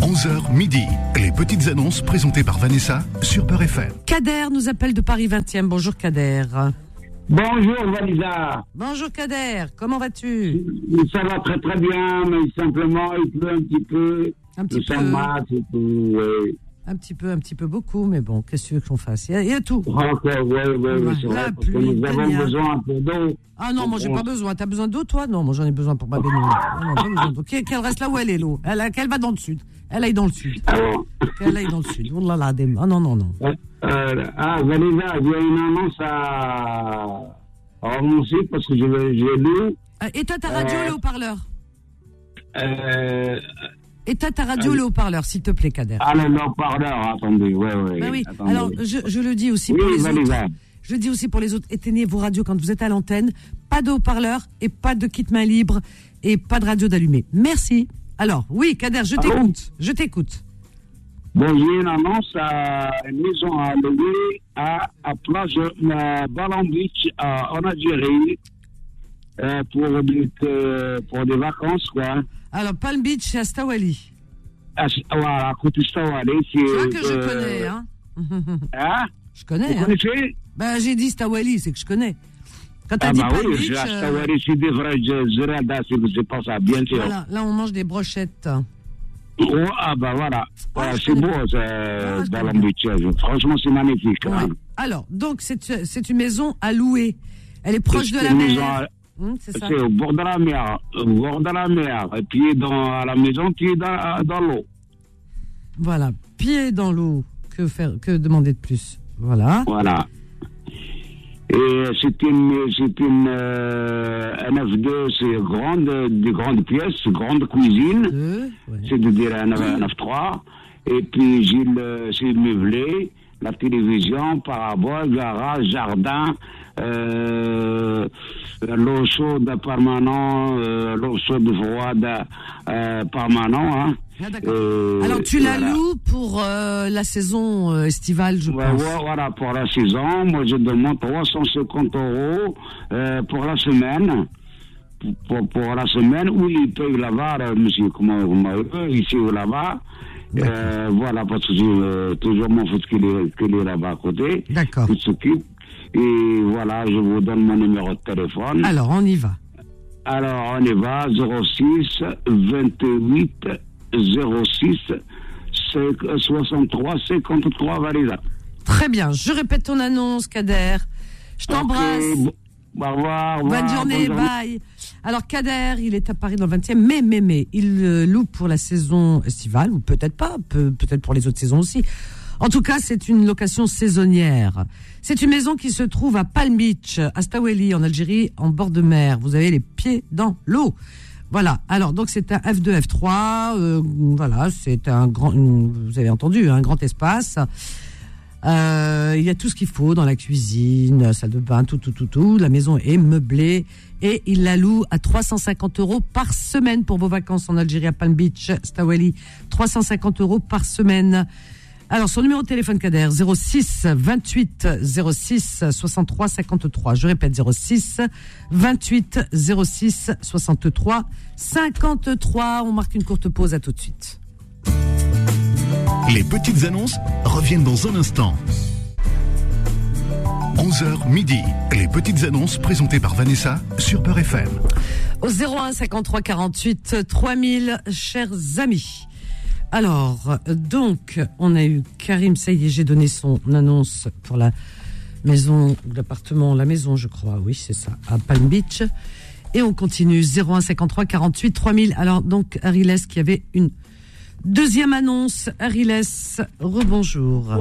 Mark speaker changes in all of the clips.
Speaker 1: 11h midi. Les petites annonces présentées par Vanessa sur Peur FM.
Speaker 2: Kader nous appelle de Paris 20e. Bonjour Kader.
Speaker 3: Bonjour Vanessa,
Speaker 2: Bonjour Kader, comment vas-tu
Speaker 3: ça va très très bien, mais simplement il pleut un petit peu,
Speaker 2: Un
Speaker 3: tout
Speaker 2: petit
Speaker 3: ça
Speaker 2: peu.
Speaker 3: masse et tout, ouais.
Speaker 2: Un petit peu, un petit peu beaucoup, mais bon, qu'est-ce que tu veux qu'on fasse Il y, a- il y a tout.
Speaker 3: Encore, Oh, ouais, ouais, ouais,
Speaker 2: Ouais,
Speaker 3: c'est
Speaker 2: la
Speaker 3: vrai, parce que
Speaker 2: pluie,
Speaker 3: nous avons
Speaker 2: Tania.
Speaker 3: besoin un peu d'eau.
Speaker 2: Ah non, moi j'ai pas besoin. T'as besoin d'eau toi Non, moi j'en ai besoin pour ma baignoire. Non, non, pas besoin d'eau. Qu'elle qu'elle reste là où elle est l'eau. Elle, qu'elle va dans le sud. Elle aille dans le sud.
Speaker 3: Alors,
Speaker 2: Qu'elle aille dans le sud. Wallah l'adem. Ah non, non, non.
Speaker 3: euh, euh, ah Vanessa, il y a une annonce à, à annoncer parce que je l'ai j'ai lu.
Speaker 2: Euh, Éteins ta radio,
Speaker 3: Euh.
Speaker 2: le haut-parleur.
Speaker 3: Euh,
Speaker 2: Éteins ta radio, le haut-parleur, s'il te plaît, Kader.
Speaker 3: ah, le haut-parleur, attendez, ouais, ouais.
Speaker 2: Ben oui.
Speaker 3: attendez.
Speaker 2: Alors, je, je le dis aussi
Speaker 3: Oui,
Speaker 2: pour les autres.
Speaker 3: Vanessa.
Speaker 2: Je le dis aussi pour les autres. Éteignez vos radios quand vous êtes à l'antenne. Pas de haut-parleur et pas de kit main libre et pas de radio d'allumée. Merci. Alors, oui, Kader, je
Speaker 3: Allô
Speaker 2: t'écoute. Je t'écoute.
Speaker 3: Bon, il y a une annonce à une maison à louer à, à plage à Ballon Beach à- en Algérie euh, pour, des, euh, pour des vacances, quoi.
Speaker 2: Alors, Palm Beach, c'est Astawali.
Speaker 3: À, à, à côté de Stawalé, c'est.
Speaker 2: Tu vois que je
Speaker 3: euh,
Speaker 2: connais, hein
Speaker 3: Hein
Speaker 2: Je
Speaker 3: Vous
Speaker 2: connais, hein
Speaker 3: connaissez
Speaker 2: Ben, j'ai dit Stawali, c'est que je connais. Quand t'as
Speaker 3: Ah,
Speaker 2: dit
Speaker 3: bah
Speaker 2: Palm
Speaker 3: oui,
Speaker 2: Beach,
Speaker 3: j'ai à
Speaker 2: euh,
Speaker 3: Stawalé, c'est des vrais Zerada, c'est je pense à ah, bien sûr.
Speaker 2: voilà, là, on mange des brochettes.
Speaker 3: Oh, ah, bah voilà.
Speaker 2: Ah,
Speaker 3: Euh,
Speaker 2: je
Speaker 3: c'est beau,
Speaker 2: connais. Ah,
Speaker 3: euh,
Speaker 2: je
Speaker 3: Ballon
Speaker 2: connais.
Speaker 3: Beach. euh, Franchement, c'est magnifique. hein.
Speaker 2: Ouais. Alors, donc, c'est c'est une maison à louer. Elle est proche de
Speaker 3: C'est
Speaker 2: la
Speaker 3: une maison à-
Speaker 2: mer. Hum, c'est ça.
Speaker 3: C'est au bord de la mer, au bord de la mer. Et puis dans à la maison, tu es dans, dans l'eau.
Speaker 2: Voilà, pied dans l'eau. Que faire Que demander de plus Voilà.
Speaker 3: Voilà. Et c'est une, c'est une euh, un F2, c'est grande, des grandes pièces, grande cuisine.
Speaker 2: Deux. Hein ouais.
Speaker 3: C'est-à-dire un, un F3. Et puis j'ai le- c'est meublé, la télévision, parabole, garage, jardin, euh, l'eau chaude permanent, euh, l'eau chaude froide euh, permanent. Hein.
Speaker 2: Ah, d'accord.
Speaker 3: Euh,
Speaker 2: Alors, tu la
Speaker 3: voilà.
Speaker 2: loues pour euh, la saison euh, estivale, je
Speaker 3: Ouais,
Speaker 2: pense.
Speaker 3: ouais, voilà, pour la saison, moi je demande 350 euros euh, pour la semaine. Pour, pour, pour la semaine où ils payent là-bas, euh, monsieur, comment, comment eux, ici ou là-bas. Euh, voilà, parce que j'ai euh, toujours mon foot qu'il est, qu'il est là-bas à côté.
Speaker 2: D'accord.
Speaker 3: Il s'occupe. Et voilà, je vous donne mon numéro de téléphone.
Speaker 2: Alors, on y va.
Speaker 3: Alors, on y va, 06 28 06 cinq- 63 53 Valida.
Speaker 2: Très bien. Je répète ton annonce, Kader. Je t'embrasse.
Speaker 3: Ok, bon- Au revoir. au revoir,
Speaker 2: Bonne journée, bye. Alors Kader, il est à Paris dans le 20e, mais, mais, mais, il euh, loue pour la saison estivale, ou peut-être pas, peu- peut-être pour les autres saisons aussi. En tout cas, c'est une location saisonnière. C'est une maison qui se trouve à Palm Beach, à Staweli, en Algérie, en bord de mer. Vous avez les pieds dans l'eau. Voilà. Alors, donc, c'est un F2, F3. euh, voilà, c'est un grand, une- vous avez entendu, un grand espace. Euh, il y a tout ce qu'il faut dans la cuisine, salle de bain, tout, tout, tout, tout. La maison est meublée et il la loue à 350 euros par semaine pour vos vacances en Algérie à Palm Beach, Stawali. 350 euros par semaine. Alors, son numéro de téléphone Kader, 06 28 06 63 53. Je répète, 06 28 06 63 53. On marque une courte pause, à tout de suite.
Speaker 1: Les petites annonces reviennent dans un instant. 11h midi. Les petites annonces présentées par Vanessa sur Peur FM.
Speaker 2: au 01 53 48 3000, chers amis. Alors, euh, donc, on a eu Karim, ça y est, j'ai donné son annonce pour la maison, ou l'appartement, la maison, je crois, oui, c'est ça, à Palm Beach. Et on continue, 01 53 48 3000. Alors, donc, Ariles qui avait une deuxième annonce. Ariles, rebonjour.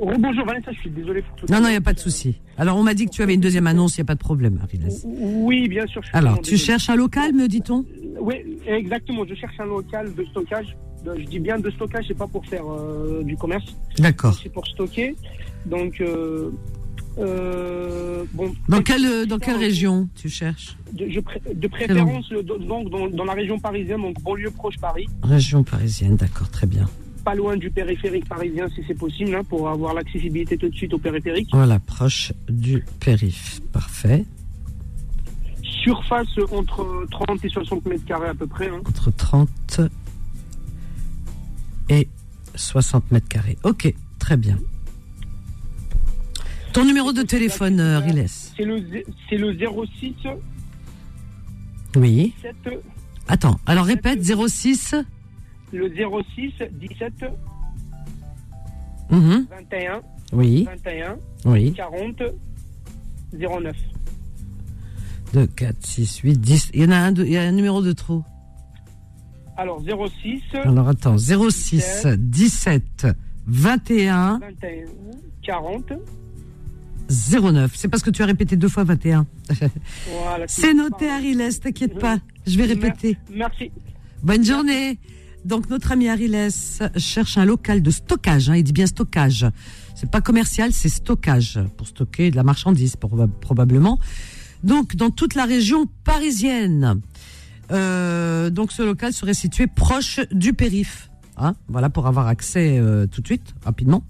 Speaker 4: Oh, bonjour Vanessa, je suis désolé pour tout
Speaker 2: Non, non, il n'y a pas de souci. Alors, on m'a dit que tu avais une deuxième annonce, il n'y a pas de problème, Ariles.
Speaker 4: Oui, bien sûr. Je suis
Speaker 2: Alors,
Speaker 4: vraiment
Speaker 2: tu
Speaker 4: désolé.
Speaker 2: cherches un local, me dit-on
Speaker 4: Oui, exactement. Je cherche un local de stockage. Euh, Je dis bien de stockage, c'est pas pour faire euh, du commerce,
Speaker 2: D'accord.
Speaker 4: c'est pour stocker. Donc, euh, euh, bon.
Speaker 2: Dans quelle, euh, dans quelle région tu cherches
Speaker 4: de, je pré- de préférence, euh, do- donc dans, dans la région parisienne, donc banlieue proche Paris,
Speaker 2: Région parisienne, d'accord, très bien.
Speaker 4: pas loin du périphérique parisien si c'est possible, hein, pour avoir l'accessibilité tout de suite au périphérique.
Speaker 2: Voilà, proche du périph. Parfait.
Speaker 4: Surface euh, entre euh, 30 et 60 mètres carrés à peu près. hein.
Speaker 2: Entre 30 60 mètres carrés. Ok, très bien. Ton numéro de téléphone, euh, Riles
Speaker 4: C'est le, zé- c'est le 06
Speaker 2: Oui.
Speaker 4: 7,
Speaker 2: Attends, alors répète 06.
Speaker 4: le 06 17
Speaker 2: Mhm.
Speaker 4: 21
Speaker 2: Oui,
Speaker 4: 21
Speaker 2: oui.
Speaker 4: 40 09.
Speaker 2: 2, 4, 6, 8, 10. Il y en a un, de- il y a un numéro de trop.
Speaker 4: Alors 06
Speaker 2: Alors attends, 06, 17, 21,
Speaker 4: 21 40
Speaker 2: 09. C'est parce que tu as répété deux fois 21.
Speaker 4: voilà.
Speaker 2: C'est noté, Ariles, t'inquiète pas. Je vais répéter.
Speaker 4: Merci.
Speaker 2: Bonne journée. Donc notre ami Ariles cherche un local de stockage. hein, il dit bien stockage. C'est pas commercial, c'est stockage pour stocker de la marchandise proba- probablement. Donc dans toute la région parisienne. Euh, donc ce local serait situé proche du périph. hein, voilà pour avoir accès euh, tout de suite rapidement.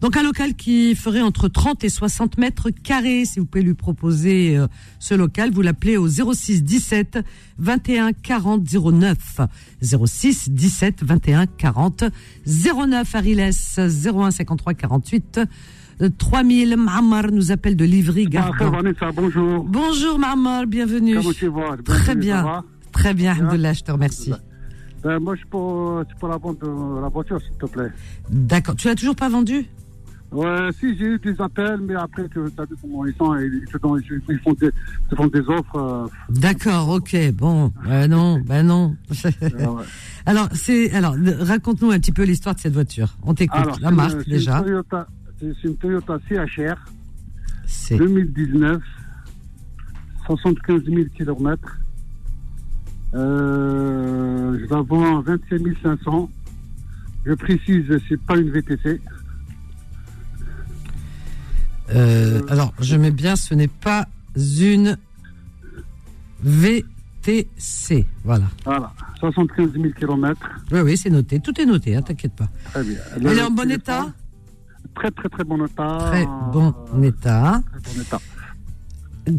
Speaker 2: Donc un local qui ferait entre 30 et 60 mètres carrés. Si vous pouvez lui proposer euh, ce local, vous l'appelez au 06 17 21 40 09. 06 17 21 40 09. Ariles 01 53 48 euh, 3000. Mahamar nous appelle de Livry.
Speaker 5: Bonjour Ah,
Speaker 2: Gargan.
Speaker 5: Vanessa, bonjour.
Speaker 2: Bonjour Mahamar, bienvenue.
Speaker 5: Comment tu vas
Speaker 2: Très
Speaker 5: Bienvenue,
Speaker 2: bien.
Speaker 5: ça va
Speaker 2: Très bien,
Speaker 5: Bien.
Speaker 2: Abdullah, je te remercie.
Speaker 5: Euh, moi, c'est pour, c'est pour la vente de la voiture, s'il te plaît.
Speaker 2: D'accord. Tu l'as toujours pas vendu
Speaker 5: Ouais, si, j'ai eu des appels, mais après, tu as vu comment ils sont. Ils, te donnent- ils- ils font, des, ils font des offres. euh,
Speaker 2: D'accord, ok, bon, bah non, bah non.
Speaker 5: euh, ouais.
Speaker 2: alors, c'est, alors, le- raconte-nous un petit peu l'histoire de cette voiture. On t'écoute,
Speaker 5: Alors,
Speaker 2: Ah,
Speaker 5: euh,
Speaker 2: la
Speaker 5: c'est une-
Speaker 2: marque
Speaker 5: c'est
Speaker 2: déjà.
Speaker 5: Une Toyota, c'est c'est une Toyota CHR
Speaker 2: C'est
Speaker 5: 2019, 75 000 km. Euh, je la vends à 25 500. Je précise, c'est pas une VTC.
Speaker 2: Euh, alors, je mets bien, ce n'est pas une VTC. Voilà.
Speaker 5: Voilà, 75 000 km.
Speaker 2: Oui, oui, c'est noté. Tout est noté, hein, t'inquiète pas.
Speaker 5: Très bien. Le
Speaker 2: Elle est en bon
Speaker 5: téléphone,
Speaker 2: état
Speaker 5: Très, très, très bon état.
Speaker 2: Très bon
Speaker 5: Euh,
Speaker 2: état.
Speaker 5: très bon état.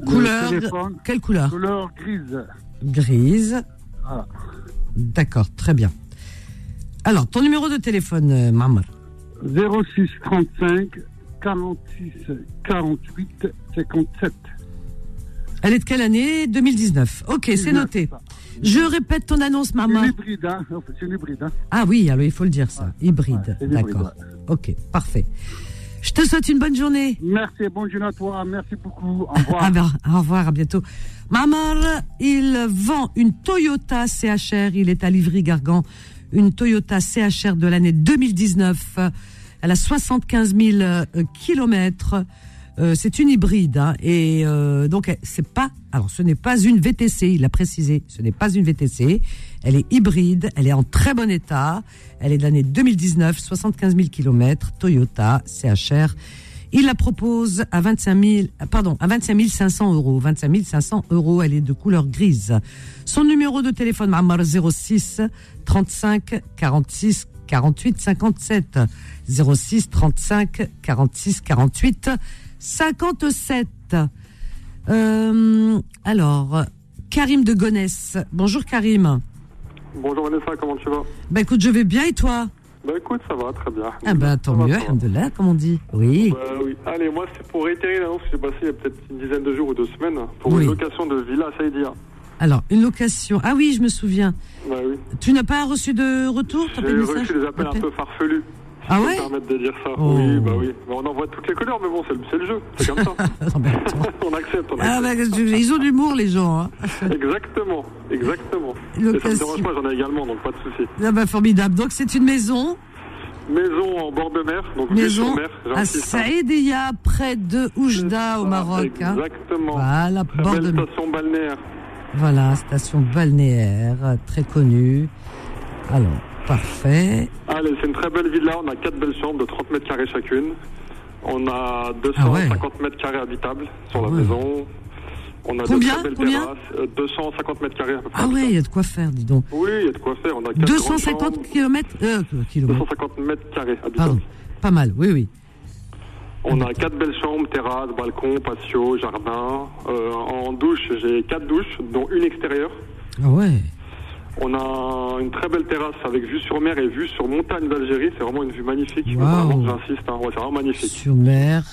Speaker 2: Couleur
Speaker 5: téléphone.
Speaker 2: Quelle couleur
Speaker 5: Couleur grise.
Speaker 2: Grise.
Speaker 5: Voilà.
Speaker 2: D'accord, très bien. Alors, ton numéro de téléphone, euh, Marmar
Speaker 5: 06 35 46 48 57.
Speaker 2: Elle est de quelle année 2019. Ok, c'est noté. Je répète ton annonce,
Speaker 5: C'est
Speaker 2: maman.
Speaker 5: une hybride, hein. C'est une hybride, hein.
Speaker 2: Ah oui, alors il faut le dire ça.
Speaker 5: Ouais,
Speaker 2: Hybride,
Speaker 5: c'est une hybride,
Speaker 2: d'accord. Ok, parfait. Je te souhaite une bonne journée.
Speaker 5: Merci, bonne journée à toi. Merci beaucoup. Au
Speaker 2: Ah
Speaker 5: revoir.
Speaker 2: ben, au revoir, à bientôt. Mamar, il vend une Toyota CHR. Il est à Livry-Gargan. Une Toyota CHR de l'année 2019. Elle a 75 000 euh, kilomètres. Euh, c'est une hybride. hein. et euh, donc, elle- c'est pas. Alors, ce n'est pas une VTC, il l'a précisé. Ce n'est pas une VTC. Elle est hybride. Elle est en très bon état. Elle est de l'année 2019, 75 000 kilomètres. Toyota CHR. Il la propose à 25 000, euh, pardon, à 25 500 euros. 25 500 euros, elle est de couleur grise. Son numéro de téléphone, Mammar 06 35 46 48 57. 06 35 46 48 57. Euh, alors, Karim de Gonesse. Bonjour Karim.
Speaker 6: Bonjour Vanessa, comment tu vas
Speaker 2: Ben écoute, je vais bien et toi
Speaker 6: Bah écoute, ça va, très bien.
Speaker 2: Ah ben tant
Speaker 6: Ça va,
Speaker 2: mieux,
Speaker 6: ça va.
Speaker 2: alhamdoulilah, comme on dit. Oui.
Speaker 6: Bah oui. Allez, moi c'est pour réitérer l'annonce que j'ai passée il y a peut-être une dizaine de jours ou deux semaines pour
Speaker 2: Oui.
Speaker 6: une location de villa à Saïdia.
Speaker 2: Alors, une location. Ah oui, je me souviens.
Speaker 6: Bah oui.
Speaker 2: Tu n'as pas reçu de retour t'as pas de
Speaker 6: J'ai
Speaker 2: message
Speaker 6: reçu des appels un
Speaker 2: Appel
Speaker 6: peu farfelus. si
Speaker 2: Ah
Speaker 6: je peux
Speaker 2: ouais
Speaker 6: me permettre de dire ça.
Speaker 2: Oh.
Speaker 6: Oui, bah oui. Mais on envoie toutes les couleurs, mais bon, c'est le, c'est le jeu. C'est comme ça.
Speaker 2: Ah ben, attends.
Speaker 6: on accepte, on
Speaker 2: Ah
Speaker 6: accepte.
Speaker 2: ben, qu'est-ce que tu fais ils ont de l'humour, les gens. hein.
Speaker 6: Exactement, exactement. Et ça me
Speaker 2: Location.
Speaker 6: dérange pas, j'en ai également, donc pas de souci.
Speaker 2: Ah ben, formidable. Donc, c'est une maison,
Speaker 6: Maison en bord de mer, donc vue
Speaker 2: maison
Speaker 6: sur mer.
Speaker 2: à
Speaker 6: j'insiste, hein.
Speaker 2: Saïdia, près de Oujda, au
Speaker 6: Voilà,
Speaker 2: Maroc. hein.
Speaker 6: Exactement.
Speaker 2: Voilà,
Speaker 6: Très
Speaker 2: bord de
Speaker 6: belle station balnéaire.
Speaker 2: Voilà, station balnéaire, euh, très connue. Alors, parfait.
Speaker 6: Allez, c'est une très belle villa. On a quatre belles chambres de 30 mètres carrés chacune. On a 250 mètres carrés habitables sur la
Speaker 2: Ah ouais.
Speaker 6: maison. On a
Speaker 2: Combien
Speaker 6: de très belles
Speaker 2: Combien
Speaker 6: terrasses. Euh, 250 mètres carrés à peu près.
Speaker 2: Ah ouais, il y a de quoi faire, dis donc.
Speaker 6: Oui, il y a de quoi faire. On a quatre grandes
Speaker 2: 250
Speaker 6: chambres,
Speaker 2: kilomètres, euh, kilomètres,
Speaker 6: 250 mètres carrés
Speaker 2: pardon.
Speaker 6: habitables.
Speaker 2: Pas mal, oui, oui.
Speaker 6: On a quatre belles chambres, terrasse, balcon, patio, jardin. Euh, en douche, j'ai quatre douches, dont une extérieure.
Speaker 2: Ah ouais.
Speaker 6: On a une très belle terrasse avec vue sur mer et vue sur montagne d'Algérie. C'est vraiment une vue magnifique. Vraiment, j'insiste. hein. Ouais, c'est vraiment magnifique.
Speaker 2: Sur mer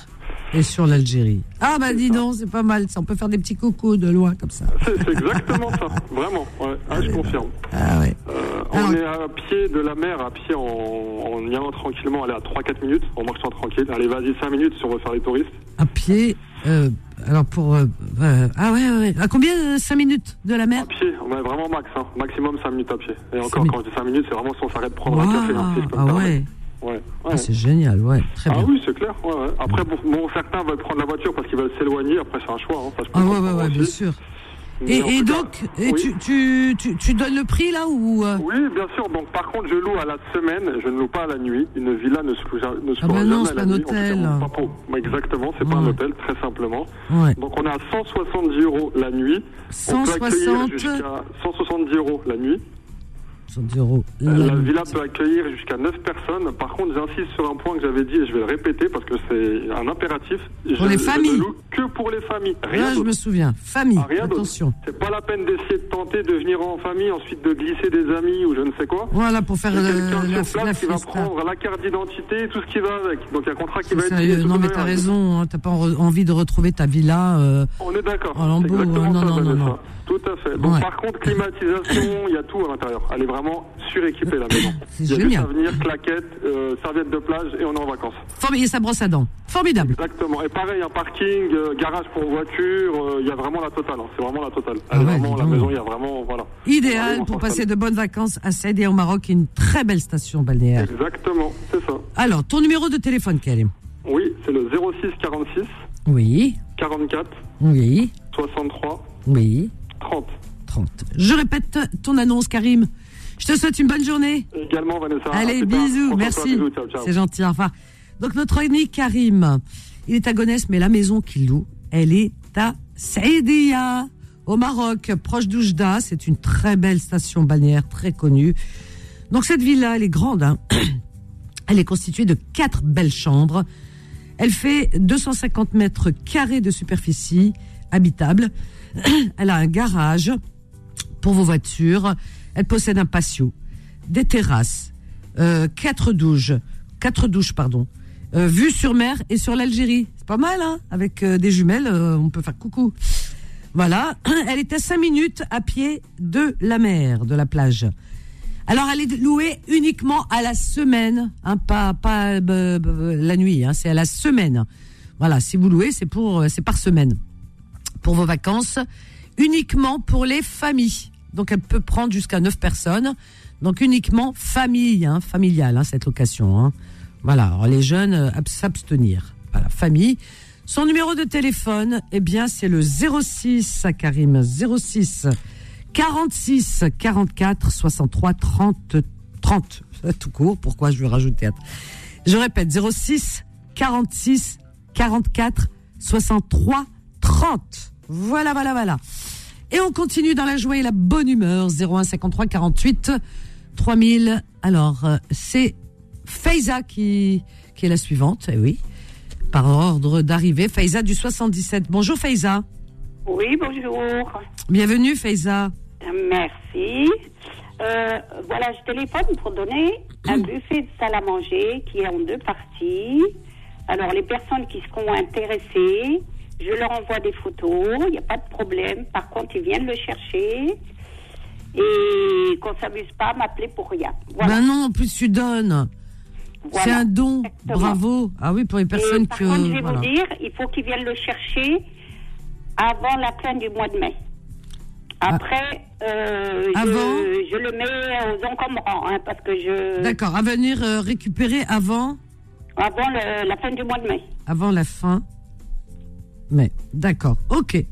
Speaker 2: et sur l'Algérie. Ah bah dis donc, c'est pas mal. ça. On peut faire des petits cocos de loin comme ça.
Speaker 6: C'est c'est exactement ça, vraiment. Ouais. Ah, je confirme.
Speaker 2: Ah ouais.
Speaker 6: Euh, on est à pied de la mer, à pied en, en y allant tranquillement. Allez, à 3-4 minutes, on marche tranquille. Allez, vas-y, 5 minutes si on veut faire les touristes.
Speaker 2: À pied. euh, alors pour euh, euh, ah ouais, ouais, ouais. à combien 5 minutes de la mer
Speaker 6: À pied, ouais, vraiment max, hein. maximum 5 minutes à pied. Et encore,
Speaker 2: Cinq
Speaker 6: quand je dis 5 minutes, c'est vraiment si on s'arrête prendre
Speaker 2: Waouh,
Speaker 6: un café. hein, si je peux me
Speaker 2: ah
Speaker 6: permettre.
Speaker 2: ouais.
Speaker 6: Ouais, ouais.
Speaker 2: Ah, c'est génial, ouais, très
Speaker 6: Ah
Speaker 2: bien.
Speaker 6: oui, c'est clair. ouais, ouais. Après, bon, bon, certains veulent prendre la voiture parce qu'ils veulent s'éloigner. Après, c'est un choix. hein. Enfin, je peux
Speaker 2: Ah ouais, ouais,
Speaker 6: comprendre
Speaker 2: ouais,
Speaker 6: aussi.
Speaker 2: bien sûr.
Speaker 6: Mais
Speaker 2: Et,
Speaker 6: en
Speaker 2: et
Speaker 6: tout cas,
Speaker 2: donc, et
Speaker 6: oui.
Speaker 2: tu, tu, tu, tu donnes le prix là ou euh,
Speaker 6: Oui, bien sûr. Donc, par contre, je loue à la semaine, je ne loue pas à la nuit. Une villa ne se loue, ja- ne se
Speaker 2: Ah
Speaker 6: loue
Speaker 2: ben non,
Speaker 6: jamais à
Speaker 2: c'est
Speaker 6: la
Speaker 2: un
Speaker 6: nuit. En tout cas,
Speaker 2: hôtel.
Speaker 6: pas pour- mais Exactement, c'est pas un
Speaker 2: Ouais.
Speaker 6: hôtel, très simplement.
Speaker 2: Ouais.
Speaker 6: Donc, on est à 170 euros la nuit. On peut accueillir
Speaker 2: 160
Speaker 6: jusqu'à 170 euros la nuit.
Speaker 2: 100 euros.
Speaker 6: Euh, La
Speaker 2: Là,
Speaker 6: villa peut accueillir jusqu'à 9 personnes. Par contre, j'insiste sur un point que j'avais dit et je vais le répéter parce que c'est un impératif. Je,
Speaker 2: Pour les
Speaker 6: je
Speaker 2: familles.
Speaker 6: ne loue que pour les familles. Rien
Speaker 2: là, Ah, je
Speaker 6: d'autre.
Speaker 2: me souviens. Famille,
Speaker 6: Ah, rien d'autre.
Speaker 2: attention.
Speaker 6: C'est pas la peine d'essayer de tenter de venir en famille, ensuite de glisser des amis ou je ne sais quoi.
Speaker 2: Voilà pour faire
Speaker 6: Il y a
Speaker 2: euh, la,
Speaker 6: quelqu'un
Speaker 2: la
Speaker 6: sur place qui va
Speaker 2: fiesta.
Speaker 6: prendre la carte d'identité et tout ce qui va avec. Donc il y a un contrat qui va être signé
Speaker 2: Sérieux,
Speaker 6: tout
Speaker 2: non
Speaker 6: à
Speaker 2: mais
Speaker 6: l'heure.
Speaker 2: t'as raison, hein, t'as pas en- envie de retrouver ta villa. euh,
Speaker 6: On est d'accord.
Speaker 2: En lambeaux,
Speaker 6: C'est exactement
Speaker 2: euh, non,
Speaker 6: ça,
Speaker 2: non, non,
Speaker 6: Vanessa.
Speaker 2: non.
Speaker 6: Tout à fait. Donc
Speaker 2: Ouais.
Speaker 6: par contre, climatisation, il y a tout à l'intérieur. Elle est vraiment suréquipée la maison.
Speaker 2: C'est
Speaker 6: Il y a juste
Speaker 2: génial.
Speaker 6: à venir, claquette, euh, serviette de plage et on est en vacances.
Speaker 2: formi- et sa brosse à dents. Formidable.
Speaker 6: Exactement. Et pareil, un parking, euh, garage pour voiture, euh, il y a vraiment la totale. hein. C'est vraiment la totale.
Speaker 2: Ah
Speaker 6: Elle est
Speaker 2: ouais,
Speaker 6: vraiment
Speaker 2: dis
Speaker 6: la
Speaker 2: donc.
Speaker 6: maison, il y a vraiment voilà.
Speaker 2: Idéal
Speaker 6: Vraiment,
Speaker 2: pour
Speaker 6: on
Speaker 2: passer
Speaker 6: s'installe.
Speaker 2: de bonnes vacances à Saïd et au Maroc, une très belle station balnéaire.
Speaker 6: Exactement, c'est ça.
Speaker 2: Alors, ton numéro de téléphone, Karim
Speaker 6: Oui, c'est le 06 46
Speaker 2: Oui,
Speaker 6: 44
Speaker 2: oui,
Speaker 6: 63
Speaker 2: oui,
Speaker 6: 30.
Speaker 2: 30. Je répète ton annonce, Karim. Je te souhaite une bonne journée.
Speaker 6: Également, Vanessa. à
Speaker 2: Allez,
Speaker 6: plus tard.
Speaker 2: bisous,
Speaker 6: Prends soin de toi,
Speaker 2: merci.
Speaker 6: bisous, ciao, ciao.
Speaker 2: C'est gentil, au revoir. Donc, notre ami Karim, il est à Gonesse, mais la maison qu'il loue, elle est à Saïdia, au Maroc, proche d'Oujda. C'est une très belle station balnéaire, très connue. Donc, cette villa, elle est grande. hein. Elle est constituée de quatre belles chambres. Elle fait 250 mètres carrés de superficie habitable. Elle a un garage pour vos voitures. Elle possède un patio, des terrasses, euh, quatre douches, quatre douches pardon, euh, vue sur mer et sur l'Algérie. C'est pas mal, hein Avec euh, des jumelles, euh, on peut faire coucou. Voilà. Elle est à 5 minutes à pied de la mer, de la plage. Alors, elle est louée uniquement à la semaine, hein, pas, pas euh, b- b- la nuit, hein, c'est à la semaine. Voilà, si vous louez, c'est pour, euh, c'est par semaine pour vos vacances, uniquement pour les familles. Donc elle peut prendre jusqu'à 9 personnes. Donc uniquement famille, hein, familiale, hein, cette location. hein. Voilà, alors les jeunes, euh, ab- s'abstenir. Voilà, famille. Son numéro de téléphone, eh bien c'est le 06, Karim, 06 46 44 63 30 30. Tout court, pourquoi je veux rajouter un- Je répète, 06 46 44 63 30. Voilà, voilà, voilà. Et on continue dans la joie et la bonne humeur. 01 53 48 3000. Alors, euh, c'est Faiza qui, qui est la suivante. Eh oui, par ordre d'arrivée. Faiza du 77. Bonjour Faiza.
Speaker 7: Oui, bonjour.
Speaker 2: Bienvenue Faiza.
Speaker 7: Merci. Euh, voilà, je téléphone pour donner un buffet de salle à manger qui est en deux parties. Alors, les personnes qui seront intéressées, je leur envoie des photos, il n'y a pas de problème. Par contre, ils viennent le chercher. Et qu'on ne s'amuse pas à m'appeler pour rien. Voilà.
Speaker 2: Ben non, en plus tu donnes. C'est
Speaker 7: Voilà.
Speaker 2: un don.
Speaker 7: Exactement.
Speaker 2: Bravo. Ah oui, pour les personnes
Speaker 7: Et par
Speaker 2: que.
Speaker 7: contre, je vais
Speaker 2: voilà.
Speaker 7: vous dire, il faut qu'ils viennent le chercher avant la fin du mois de mai. Après, euh, je,
Speaker 2: Ah. Avant
Speaker 7: je le mets aux encombrants, hein, parce que je.
Speaker 2: D'accord, à venir euh, récupérer avant,
Speaker 7: Avant le- la fin du mois de mai.
Speaker 2: avant la fin. Mais d'accord, ok.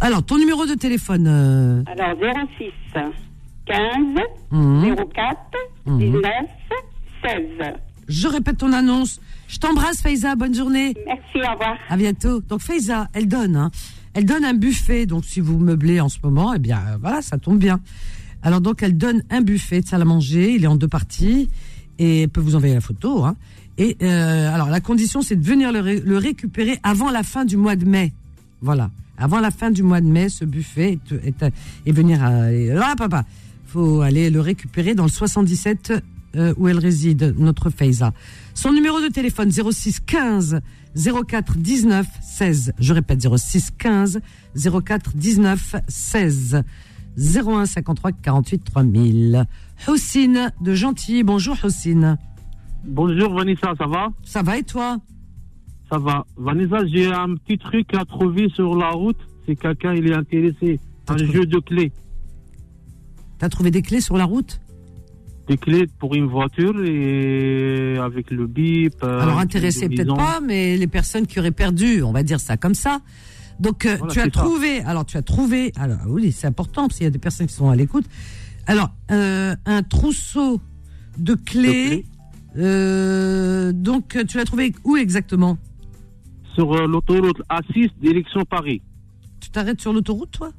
Speaker 2: Alors, ton numéro de téléphone. euh,
Speaker 7: Alors, 06 15
Speaker 2: Mhm.
Speaker 7: 04 19 16.
Speaker 2: Je répète ton annonce. Je t'embrasse, Faiza. Bonne journée.
Speaker 7: Merci, au revoir.
Speaker 2: À bientôt. Donc Faiza, elle donne, hein. elle donne un buffet. Donc si vous meublez en ce moment, eh bien euh, voilà, ça tombe bien. Alors donc elle donne un buffet de salle à manger. Il est en deux parties et elle peut vous envoyer la photo. Hein. Et euh, alors la condition, c'est de venir le, ré- le récupérer avant la fin du mois de mai. Voilà, avant la fin du mois de mai, ce buffet est, est- est venir. À... Là, papa, faut aller le récupérer dans le 77 euh, où elle réside, notre Faiza. Son numéro de téléphone 06 15 04 19 16. Je répète 06 15 04 19 16. 01 53 48 3000. Houssine de Gentilly. Bonjour Houssine.
Speaker 3: Bonjour Vanessa, ça va
Speaker 2: Ça va et toi
Speaker 3: Ça va. Vanessa, j'ai un petit truc à trouver sur la route. Si quelqu'un il est intéressé, un jeu de clés.
Speaker 2: T'as trouvé des clés sur la route
Speaker 3: Des clés pour une voiture et avec le bip. euh,
Speaker 2: Alors
Speaker 3: avec
Speaker 2: intéressé
Speaker 3: le
Speaker 2: peut-être
Speaker 3: bison.
Speaker 2: pas, mais les personnes qui auraient perdu, on va dire ça comme ça. Donc euh,
Speaker 3: Voilà,
Speaker 2: tu as
Speaker 3: c'est ça.
Speaker 2: trouvé, alors tu as trouvé, alors ah oui c'est important parce qu'il y a des personnes qui sont à l'écoute. Alors euh, un trousseau de clés. euh, donc euh, tu l'as trouvé où exactement
Speaker 3: Sur euh, l'autoroute A6, direction Paris.
Speaker 2: Tu t'arrêtes sur l'autoroute toi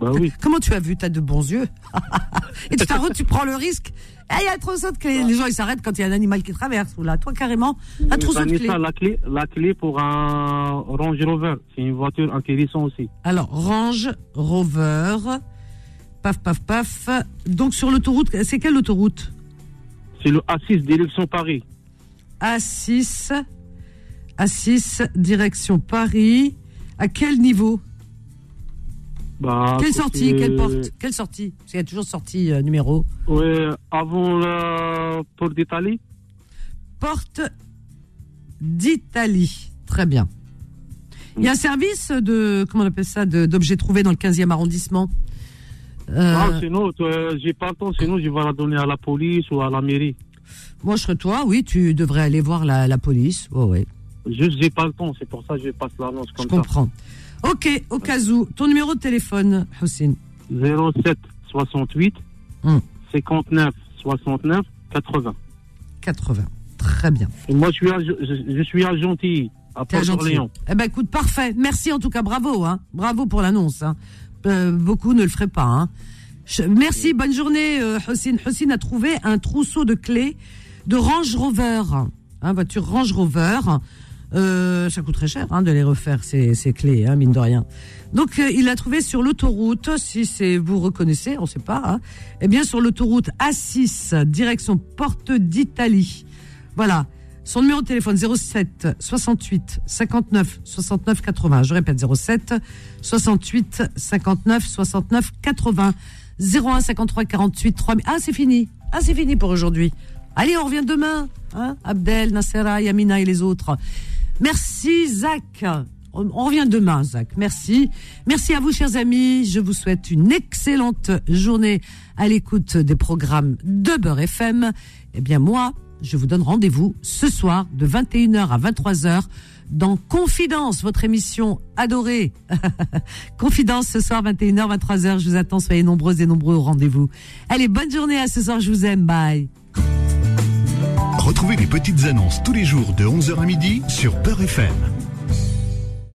Speaker 3: Bah oui.
Speaker 2: Comment tu as vu T'as de bons yeux. Et tu t'arrêtes, tu prends le risque. Ah, Il y a un trousseau de clés. Les gens ils s'arrêtent quand il y a un animal qui traverse ou là. Toi carrément un trousseau de
Speaker 3: Vanessa,
Speaker 2: clés.
Speaker 3: La clé, la clé pour un Range Rover. C'est une voiture intéressante aussi.
Speaker 2: Alors, Range, Rover, paf, paf, paf. Donc, sur l'autoroute, c'est quelle autoroute
Speaker 3: C'est le A6, direction Paris.
Speaker 2: A6, A6, direction Paris. À quel niveau
Speaker 3: Bah,
Speaker 2: Quelle
Speaker 3: côté-
Speaker 2: sortie Quelle porte Quelle sortie Parce qu'il y a toujours sortie euh, numéro.
Speaker 3: Ouais, avant la Tour d'Italie.
Speaker 2: Porte d'Italie. Très bien. Il y a un service de, comment on appelle ça, de- d'objets trouvés dans le 15e arrondissement Euh,
Speaker 3: Ah, sinon, euh, j'ai pas le temps, sinon je vais la donner à la police ou à la mairie.
Speaker 2: Moi, je serais toi, oui, tu devrais aller voir la, la police. Ouais, ouais.
Speaker 3: Juste, j'ai pas le temps, c'est pour ça que je passe l'annonce
Speaker 2: Je
Speaker 3: comme ça.
Speaker 2: comprends. Ok, au cas où, ton numéro de téléphone, Houssine.
Speaker 3: 07 68
Speaker 2: Hum.
Speaker 3: 59 69 80.
Speaker 2: 80. Très bien.
Speaker 3: Et moi, je suis à, je, je suis à Gentilly, à
Speaker 2: T'es gentil.
Speaker 3: Port-Orléans.
Speaker 2: Eh ben, écoute, parfait. Merci en tout cas, bravo. Hein. Bravo pour l'annonce. hein. Euh, beaucoup ne le feraient pas. hein. Je- merci, bonne journée, euh, Houssine. Houssine a trouvé un trousseau de clés de Range Rover. Hein, voiture Range Rover. Euh, ça coûte très cher hein, de les refaire, ces, ces clés, hein, mine de rien. Donc, euh, il l'a trouvé sur l'autoroute, si c'est vous reconnaissez, on ne sait pas. Hein. Eh bien, sur l'autoroute A6, direction Porte d'Italie. Voilà. Son numéro de téléphone 07 68 59 69 80. Je répète 07 68 59 69 80. 01 53 48 3000. Ah, c'est fini. Ah, c'est fini pour aujourd'hui. Allez, on revient demain. Hein Abdel, Nassera, Yamina et les autres. Merci, Zach. On on revient demain, Zach. Merci. Merci à vous, chers amis. Je vous souhaite une excellente journée à l'écoute des programmes de Beurre FM. Eh bien, moi, je vous donne rendez-vous ce soir de 21h à 23h dans Confidence, votre émission adorée. Confidence ce soir, 21h, 23h. Je vous attends. Soyez nombreuses et nombreux au rendez-vous. Allez, bonne journée à ce soir. Je vous aime. Bye.
Speaker 1: Retrouvez les petites annonces tous les jours de 11h à midi sur Peur FM.